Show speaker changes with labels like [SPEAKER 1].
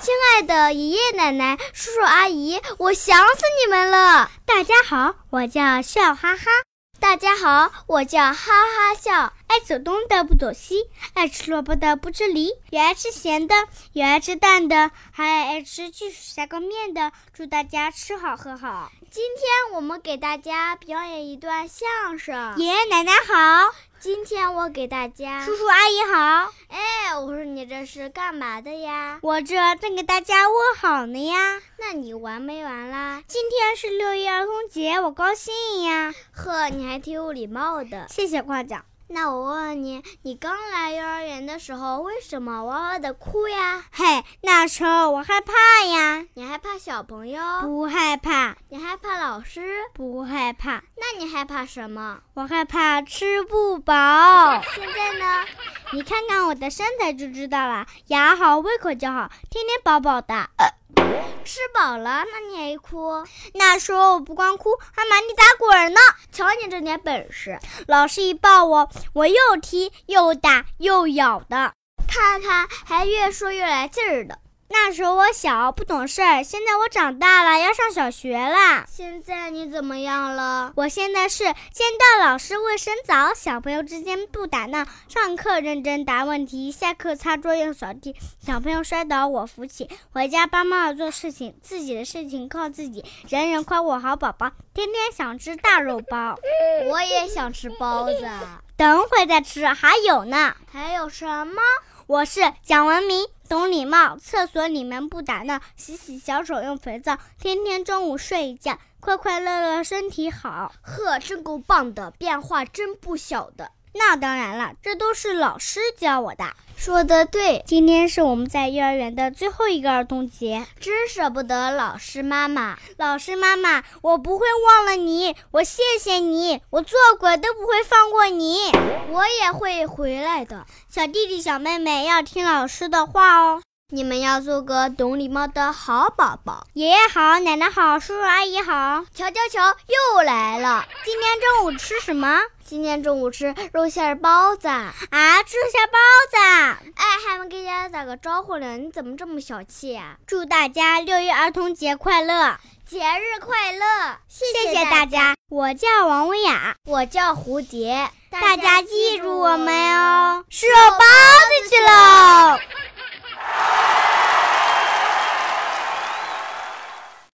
[SPEAKER 1] 亲爱的爷爷奶奶、叔叔阿姨，我想死你们了！
[SPEAKER 2] 大家好，我叫笑哈哈。
[SPEAKER 1] 大家好，我叫哈哈笑。
[SPEAKER 2] 爱走东的不走西，爱吃萝卜的不吃梨，有爱吃咸的，有爱吃淡的，还爱吃巨齿虾膏面的。祝大家吃好喝好！
[SPEAKER 1] 今天我们给大家表演一段相声。
[SPEAKER 2] 爷爷奶奶好，
[SPEAKER 1] 今天我给大家
[SPEAKER 2] 叔叔阿姨好。
[SPEAKER 1] 哎，我说你这是干嘛的呀？
[SPEAKER 2] 我这正给大家握好呢呀。
[SPEAKER 1] 那你玩没玩啦？
[SPEAKER 2] 今天是六一儿童节，我高兴呀。
[SPEAKER 1] 呵，你还挺有礼貌的。
[SPEAKER 2] 谢谢夸奖。
[SPEAKER 1] 那我问问你，你刚来幼儿园的时候，为什么哇哇的哭呀？
[SPEAKER 2] 嘿，那时候我害怕呀。
[SPEAKER 1] 你害怕小朋友？
[SPEAKER 2] 不害怕。
[SPEAKER 1] 你害怕老师？
[SPEAKER 2] 不害怕。
[SPEAKER 1] 那你害怕什么？
[SPEAKER 2] 我害怕吃不饱。
[SPEAKER 1] 现在呢？
[SPEAKER 2] 你看看我的身材就知道了，牙好，胃口就好，天天饱饱的。呃
[SPEAKER 1] 吃饱了，那你还哭？
[SPEAKER 2] 那时候我不光哭，还满地打滚呢。
[SPEAKER 1] 瞧你这点本事，
[SPEAKER 2] 老师一抱我，我又踢又打又咬的，
[SPEAKER 1] 看看还越说越来劲儿的。
[SPEAKER 2] 那时候我小不懂事儿，现在我长大了，要上小学啦。
[SPEAKER 1] 现在你怎么样了？
[SPEAKER 2] 我现在是见到老师卫生早，小朋友之间不打闹，上课认真答问题，下课擦桌用扫地，小朋友摔倒我扶起，回家帮妈妈做事情，自己的事情靠自己，人人夸我好宝宝，天天想吃大肉包，
[SPEAKER 1] 我也想吃包子，啊
[SPEAKER 2] 等会再吃。还有呢，
[SPEAKER 1] 还有什么？
[SPEAKER 2] 我是讲文明。懂礼貌，厕所里面不打闹，洗洗小手用肥皂，天天中午睡一觉，快快乐乐，身体好。
[SPEAKER 1] 呵，真够棒的，变化真不小的。
[SPEAKER 2] 那当然了，这都是老师教我的。
[SPEAKER 1] 说的对，
[SPEAKER 2] 今天是我们在幼儿园的最后一个儿童节，
[SPEAKER 1] 真舍不得老师妈妈。
[SPEAKER 2] 老师妈妈，我不会忘了你，我谢谢你，我做鬼都不会放过你，
[SPEAKER 1] 我也会回来的。
[SPEAKER 2] 小弟弟小妹妹要听老师的话哦。
[SPEAKER 1] 你们要做个懂礼貌的好宝宝。
[SPEAKER 2] 爷爷好，奶奶好，叔叔阿姨好。
[SPEAKER 1] 瞧瞧瞧，又来了！
[SPEAKER 2] 今天中午吃什么？
[SPEAKER 1] 今天中午吃肉馅包子啊！
[SPEAKER 2] 吃肉馅包啊
[SPEAKER 1] 子，哎，还没给大家打个招呼呢，你怎么这么小气呀、啊？
[SPEAKER 2] 祝大家六一儿童节快乐，
[SPEAKER 1] 节日快乐！
[SPEAKER 2] 谢
[SPEAKER 1] 谢
[SPEAKER 2] 大家。我叫王薇雅，
[SPEAKER 1] 我叫蝴蝶，
[SPEAKER 2] 大家记住我们哦，
[SPEAKER 1] 吃肉包子去喽！